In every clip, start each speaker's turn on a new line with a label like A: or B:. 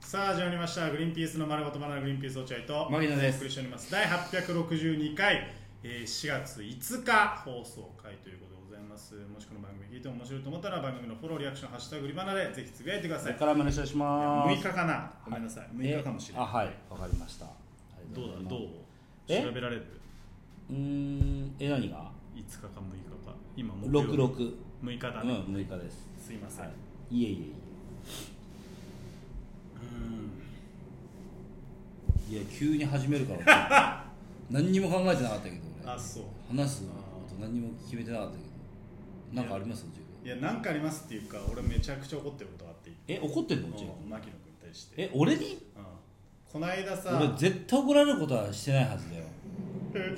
A: さあ始まりましたグリーンピースの丸ごとバナナグリーンピース落合と
B: 牧野です
A: お送りしております第862回、えー、4月5日放送回ということでございますもしこの番組聞いても面白いと思ったら番組のフォローリアクションハッシュタググリバナでぜひつぶやいてくだ
B: こ
A: さ
B: れ
A: い
B: からもお願いします
A: 6日かなごめんなさい6日かもしれない
B: あはいわかりましたありがと
A: どうだ
B: ございます
A: どう
B: え
A: 調べられる
B: うーんえ何が
A: 5日か6日か今木曜日
B: 六六
A: 6日だ
B: うん
A: ね、
B: 6日です
A: すいません、
B: はいいえいえいえいや急に始めるから 何にも考えてなかったけど俺
A: あそう
B: 話すこと何にも決めてなかったけどなんかあります自分
A: いや何かありますっていうか俺めちゃくちゃ怒ってることがあって
B: え怒ってんの
A: 牧
B: 自
A: 野
B: 分
A: 君に対して
B: え俺に
A: うんこの間さ
B: 俺絶対怒られることはしてないはずだよ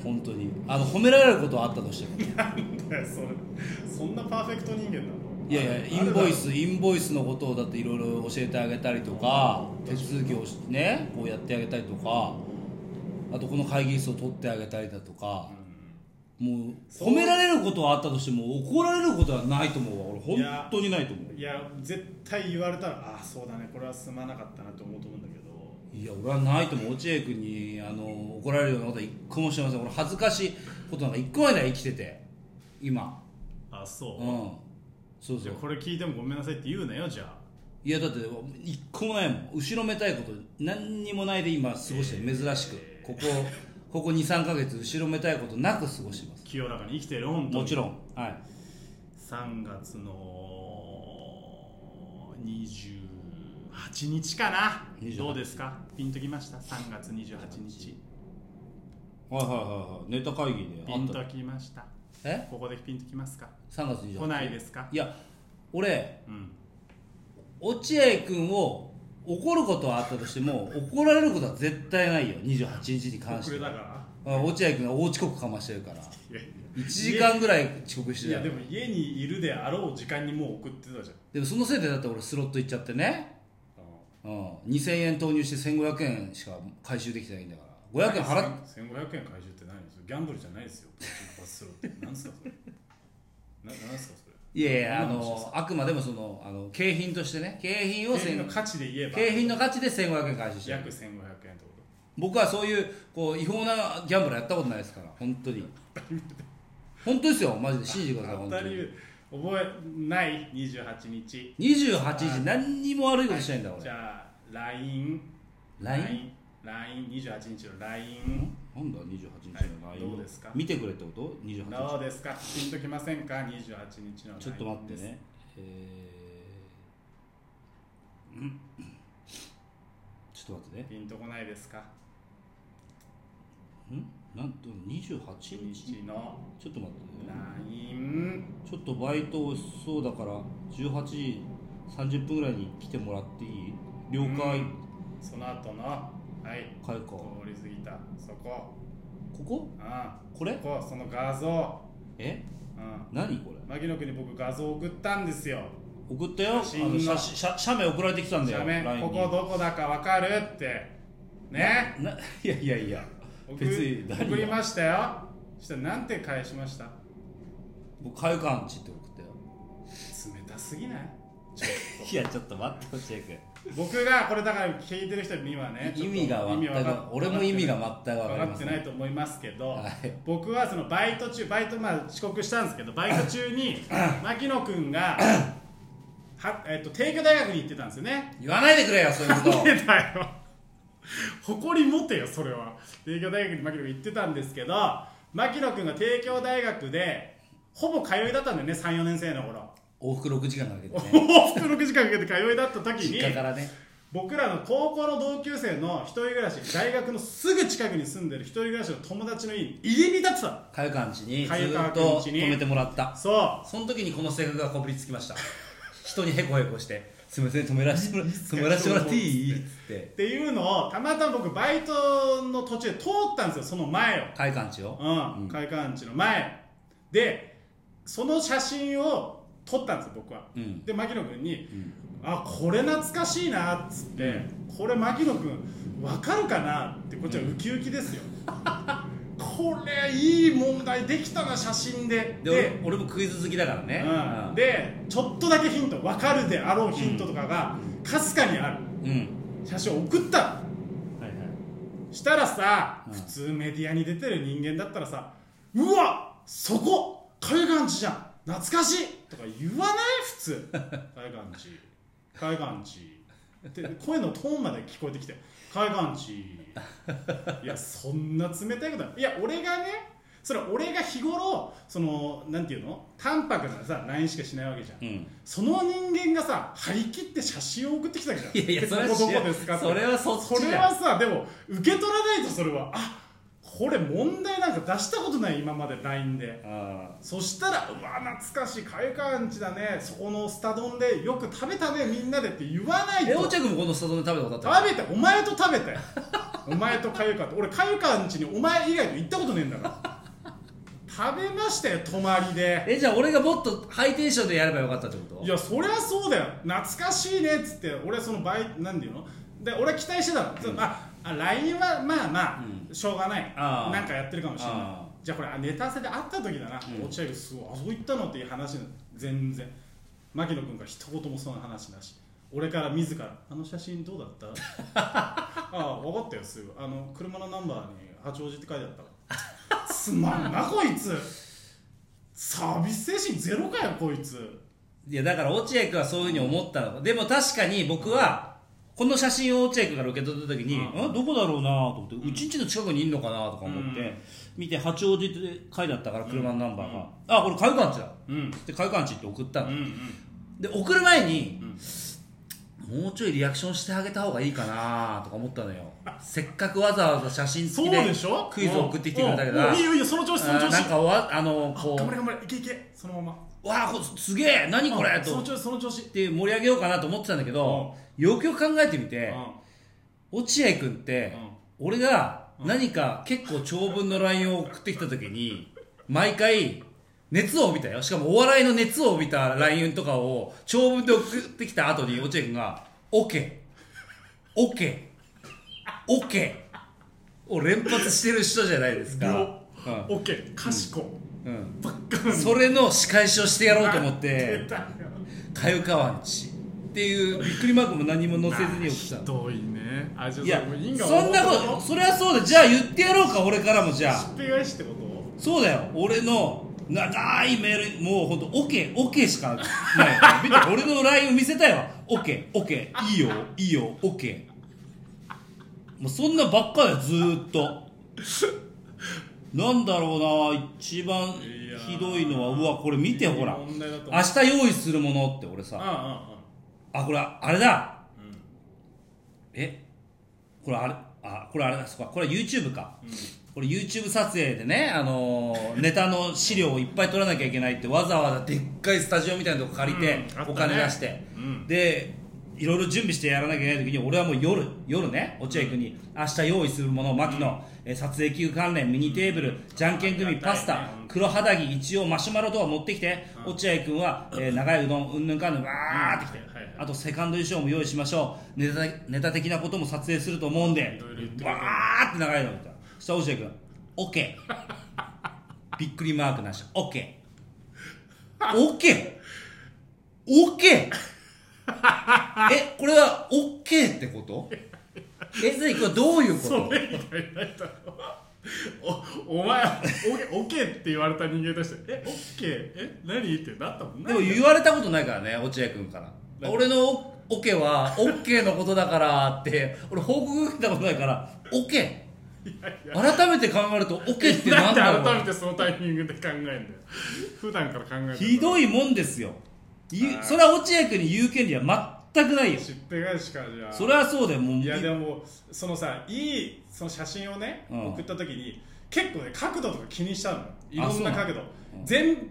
B: 本当にあの褒められることはあったとしても
A: なんだよそれ そんなパーフェクト人間なの
B: いやいや、インボイス、インボイスのことをだっていろいろ教えてあげたりとか、手続きをしね、こうやってあげたりとか、あとこの会議室を取ってあげたりだとか、もう
A: そう
B: 褒められることはあったとしても、怒られることはないと思うわ、俺、
A: いや
B: 本当にないと思う。
A: いや絶対言われたらああそうだねこれはすまなかったなと思うと思うんだけど
B: いや、俺はないと思う、落合君にあの怒られるようなことは一個もしてません、俺、恥ずかしいことなんか一個前ない生きてて、今、
A: あ
B: う
A: そ
B: ん、そうそう。
A: これ聞いてもごめんなさいって言うなよじゃあ
B: いやだって一個もないもん後ろめたいこと何にもないで今過ごしてる珍しくここここ23か月後ろめたいことなく過ごしてます
A: 清らかに生きてる本当に
B: もちろんはい
A: 3月の28日かな
B: 28
A: どうですかピンときました3月28日
B: はいはいはいはいネタ会議で
A: ピンときました
B: え
A: ここでピンときますか
B: 3月28日
A: 来ないですか
B: いや俺
A: うん
B: 落合君を怒ることはあったとしても怒られることは絶対ないよ28日に関
A: 遅
B: し
A: れ
B: て
A: だ
B: は
A: から
B: あ落合君が大遅刻かましてるから
A: いやいや
B: 1時間ぐらい遅刻し
A: い
B: て
A: や
B: た
A: で
B: よ
A: も家にいるであろう時間にもう送ってたじゃん
B: でもそのせいでだって俺スロット行っちゃってねうん、2000円投入して1500円しか回収できてないんだから500円払
A: 1500円
B: っ
A: 回収って何ですギャンブルじゃないですよパススロー って何すかそれな何すかそれ
B: いやいや
A: そ
B: あ
A: んなのし
B: のあくまでもそのあの景品としてね景品を
A: 景品の
B: 1000
A: 価値で言えば
B: 景品の価値で1500円回収して
A: 約
B: る
A: 1500円ってこ
B: 僕はそういうこう違法なギャンブルやったことないですから本当に本当ですよマジで信じてください
A: と
B: 本
A: 当
B: 当
A: た
B: に
A: り覚えない28日
B: 28時何にも悪いことしないんだ
A: じ
B: 俺
A: ゃあ LINE
B: LINE?
A: LINE?LINE28 日の LINE
B: なんだ28日の
A: は
B: LINE
A: いどうですか
B: 見てくれってこと28日
A: どうですかピンときませんか28日の LINE
B: ちょっと待って
A: です
B: ね。えーうんちょっと待ってね。
A: ピンとこないですか
B: んなんと28日
A: 日の
B: ちょっと待ってね。
A: LINE
B: ちょっとバイトそうだから18時30分ぐらいに来てもらっていい了解
A: う。んその後のはい
B: かいか。こ
A: 通り過ぎたそこ
B: こ
A: あ
B: これ
A: ここその画像
B: え
A: うん
B: 何これ
A: 牧野君に僕画像送ったんですよ
B: 送ったよ。あの
A: 写真の
B: 写真写写メ送られてきたんだよ。
A: 写メ
B: LINE
A: こ
B: に
A: こどこだかわかるってね
B: ないやいやいや。
A: 送
B: 別に何が
A: 送りましたよしたらなんて返しました
B: 僕かゆかんちって送ったよ。
A: 冷たすぎないちょっ
B: いやちょっと待ってほしいく。
A: と僕がこれだから聞いてる人にはねちょ
B: 意
A: っと
B: 味が全
A: わ
B: く
A: か
B: 俺も意味が全く
A: わ
B: 分
A: か
B: かり
A: っ
B: ま
A: て
B: せ
A: なんいと思いますけど、
B: はい
A: 僕はそのバイト中バイトまあ遅刻したんですけどバイト中に牧野君 がは、えっと帝京大学に行ってたんですよね
B: 言わないでくれよそうい うこと
A: 出たよ誇り持てよそれは帝京大学に牧野君行ってたんですけど牧野君が帝京大学でほぼ通いだったんだよね34年生の頃
B: 往復6時間かけ てね
A: 往復6時間かけて通いだった時に
B: 実家からね
A: 僕らの高校の同級生の一人暮らし大学のすぐ近くに住んでる一人暮らしの友達の家に家に立ってた
B: かゆかんちにず
A: かゆ
B: ー
A: か
B: っ
A: ん
B: と
A: ちに
B: 止めてもらった
A: そ
B: その時にこの性格がこびりつきました人にへこへこして「すみません止めらせて もら止めらせてもらっていい?」っつっ
A: う
B: て
A: っていうのをたまたま僕バイトの途中で通ったんですよその前を
B: かゆかんちを
A: うん、会館地の前でその写真を撮ったんですよ僕は、
B: うん
A: で牧野君に、あこれ懐かしいなっつって、これ牧野君わかるかなってこっちはウキウキですよ、 これいい問題できたな写真で
B: で俺俺もクイズ好きだからね
A: うんでちょっとだけヒントわかるであろうヒントとかがかすかにある、
B: うん
A: 写真を送った
B: はいはい
A: したらさ、
B: うん
A: 普通メディアに出てる人間だったらさうわそこ海岸地じゃん懐かしいとか言わない普通 海岸地海岸地って声のトーンまで聞こえてきて海 岸地いやそんな冷たいことないいや俺がねそれ俺が日頃そのなんていうの淡白なさ LINE しかしないわけじゃん、
B: うん
A: その人間がさ張り切って写真を送ってきたわけじゃん
B: いやいやそれは
A: ここどこですかって
B: それはそっ
A: そ
B: ち
A: れ
B: だ
A: は
B: よ
A: さでも受け取らないとそれはあこれ問題なんか出したことない今まで LINE で
B: あ
A: そしたらうわ懐かしいかゆかんちだねそこのスタ丼でよく食べたねみんなでって言わない
B: ーえ
A: と
B: おちゃくんもこのスタ丼で食べたことあっ
A: 食べてお前と食べてお前とかゆかんと俺かゆかんちにお前以外と行ったことねえんだから食べましたよ泊まりで
B: たえじゃあ俺がもっとハイテンションでやればよかったってこと
A: いやそりゃそうだよ懐かしいねっつって俺そのバイ何て言うので俺は期待してたの、つああ LINE はまあまあ、
B: う
A: しょうがない
B: あー
A: なんかやってるかもしれな
B: あ
A: いじゃあこれあネタ合わせで会った時だな、
B: うん
A: 落合がすごいあそこ行ったのっていう話なの全然牧野君が一言もその話なし俺から自ら「あの写真どうだ った? 」ああ分かったよすぐあの車のナンバーに八王子って書いてあったからすまんなこいつサービス精神ゼロかよこいつ
B: いやだから落合君はそういうふうに思ったのでも確かに僕はこの写真を落合君から受け取った時に、
A: うん
B: あどこだろうなと思って、うちんちの近くにいんのかなとか思って、
A: うん
B: 見て八王子って書いてあったから車のナンバーが、あこれ海館地だ
A: うん
B: で海館地って送った
A: う
B: の、
A: ん
B: で送る前に、もうちょいリアクションしてあげた方がいいかなとか思っ たのよせっかくわざわざ写真
A: そ
B: 付
A: う
B: きで
A: でしょ
B: クイズを送ってきてくれたけど
A: うんうん
B: あ
A: いいよいいよその調子その
B: ー
A: 調子
B: なんかわあのこ
A: 頑張れ
B: う
A: 頑張れいけいけそのまま
B: わあこすげえ何これ
A: うん
B: と
A: その
B: 思っ
A: 調子その調子
B: て盛り上げようかなと思ってたんだけど、よくよく考えてみて、落合君って、俺が何か結構長文の LINE を送ってきた時に毎回熱を帯びたよしかもお笑いの熱を帯びた LINE とかを長文で送ってきた後に落合君が「OK」「OK」「OK」を連発してる人じゃないです
A: うん
B: か、
A: オッケー賢
B: うん
A: ばっか
B: うん、それの仕返しをしてやろうと思っ
A: 出
B: て
A: たよ
B: 「かゆかわんち」っていうびっくりマークも何も載せずに送った
A: ひどいねあじゃあ
B: いや
A: れもう因果
B: そんなこ
A: 応報
B: とそりゃそうだじゃあ言ってやろうか俺からもじゃあ
A: しっぺ返しってこと
B: そうだよ俺の長いメールもうほんと OKOK、OK しかない見て俺の LINE を見せたいわ OKOK、OK いいよいいよ OK もうそんなばっかだよずーっとなんだろうな一番
A: いやー
B: ひどいのはうわこれ見てほら
A: 問題だと思う
B: 明日用意するものって俺さあこれあれだ
A: うんうんうん
B: えこれあれあこれあれだそっかこれ YouTube か
A: うん
B: これ YouTube 撮影でね、あの ーネタの資料をいっぱい取らなきゃいけないってわざわざでっかいスタジオみたいなとこ借りて、
A: うんあったね
B: お金出して、
A: うん
B: でいろいろ準備してやらなきゃいけない時に俺はもう夜夜ね落合君に明日用意するもの牧野、えー撮影器具関連ミニテーブル、じゃんけん組
A: ありがたい
B: パスタ、
A: ねうん
B: 黒肌着一応マシュマロとか持ってきて、
A: うん
B: 落合君は、えー長いうどんうんぬんかんぬんわーってきて、
A: うんはいはい
B: あとセカンド衣装も用意しましょうネタネタ的なことも撮影すると思うんで
A: いろいろ言ってくれてる
B: わーって長いのみたいなそしたら落合君 OK びっくりマークなし OK OK OK えこれは OK ってことえ何これどういうこと
A: それ以外ないだろ おお前オッケーオッケーって言われた人間としてえオッケーえ何ってなったもん
B: でも言われたことないからね落合君から俺のオケはオッケーのことだからって俺報告受けたことないからオケー改めて考えるとオケーって
A: な
B: なんん
A: で
B: だ
A: 改
B: ろ
A: め
B: う
A: てそのタイミングで考えんだよ普段から考え
B: ひど
A: い
B: いもんですよ言う
A: あー
B: それは落合君に言う権利は全くないよ
A: 知って返しかじゃあ
B: それはそうだよもう
A: いやでもそのさいいその写真をね、
B: うん
A: 送った時に結構ね角度とか気にしたのいろ
B: そ
A: ん
B: うな
A: な
B: の
A: 角度、全部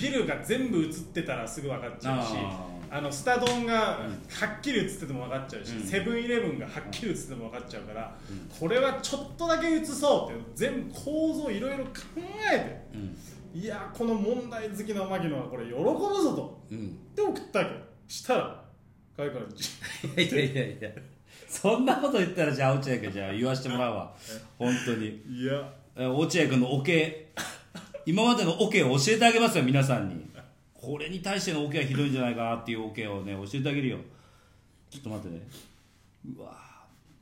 A: ビルが全部映ってたらすぐ分かっちゃうし
B: あ
A: あのスタ丼がはっきり映ってても分かっちゃうし、
B: うん
A: セブンイレブンがはっきり映ってても分かっちゃうから、これはちょっとだけ映そうって全部構造いろいろ考え
B: うん
A: ていやーこの問題好きの牧野はこれ喜ぶぞと
B: うん
A: で送ったわけしたら外からじ
B: いやいやいやいやそんなこと言ったらじゃあ落合君じゃあ言わせてもらうわ本当に
A: いや
B: え落合君のオケ今までのオケを教えてあげますよ皆さんにこれに対してのオケはひどいんじゃないかなっていうオケをね教えてあげるよちょっと待ってねうわ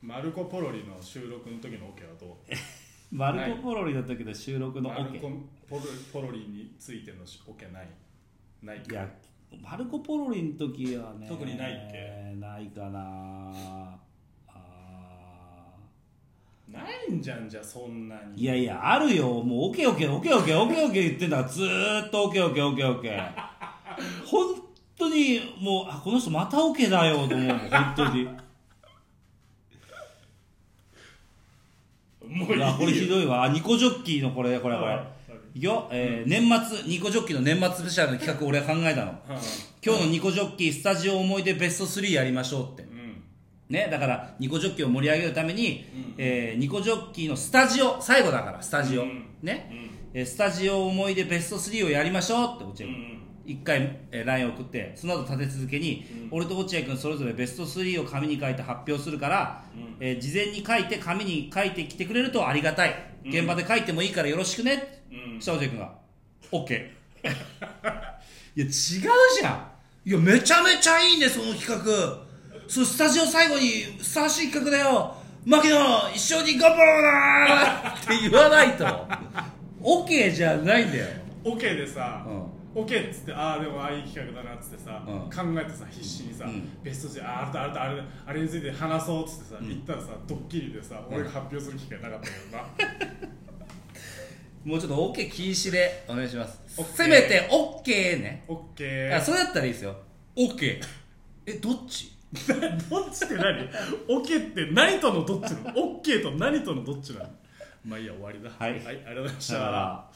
A: マルコ・ポロリの収録の時のオ、ケはどう
B: マルコ・ポロリの時の収録のオ、
A: マル
B: ケ
A: コポロポロリについてのオ、ケないない
B: いやマルコ・ポロリの時はね
A: 特にないっけ
B: ないかなあ
A: ないんじゃんじゃあそんな
B: ー
A: に
B: いやいやあるよもうオケオケオケオケオケオケ言ってんだからずーっとオケオケオケオ ケ本当にもうあこの人またオケだよと思うもん本当 に
A: も
B: うわこれひ
A: い
B: どいわあニコジョッキーのこれこれこ
A: は
B: れ
A: い
B: いくよ、えー年末ニコジョッキーの年末スペシャルの企画俺は考えたの今日のニコジョッキースタジオ思い出ベスト3やりましょうって
A: うんうん
B: ね、だからニコジョッキーを盛り上げるために、えーニコジョッキーのスタジオ最後だからスタジオ、
A: うん
B: ね、
A: うん
B: えースタジオ思い出ベスト3をやりましょうって落合
A: う
B: 君、
A: ん
B: 一回、えー、LINE を送ってその後立て続けに、俺と落合君それぞれベスト3を紙に書いて発表するから、
A: うん
B: えー事前に書いて紙に書いてきてくれるとありがたい現場で書いてもいいからよろしくねって
A: うん
B: そしたら落合君が「OK」いや違うじゃんいやめちゃめちゃいいねその企画そのスタジオ最後にふさわしい企画だよ牧野一緒に頑張ろうなって言わないと OK じゃないんだよ、
A: オケでさ、
B: うん
A: オケっつってああでもああいい企画だなっつってさ、
B: うん
A: 考えてさ必死にさ、
B: うん
A: ベスト10ああれだあれだあれだあれについて話そうっつってさ、言ったらさドッキリでさ俺が発表する機会なかったけ どな、
B: もうちょっと OK 禁止でお願いします。
A: OK
B: せめて OK ね。
A: オッケー
B: あ、それだったらいいですよ。OK。え、どっち
A: どっちって何オケって何とのどっちのオッケーと何とのどっちなのまあいいや終わりだ
B: はい
A: ありがとうございまし
B: だか
A: た
B: ら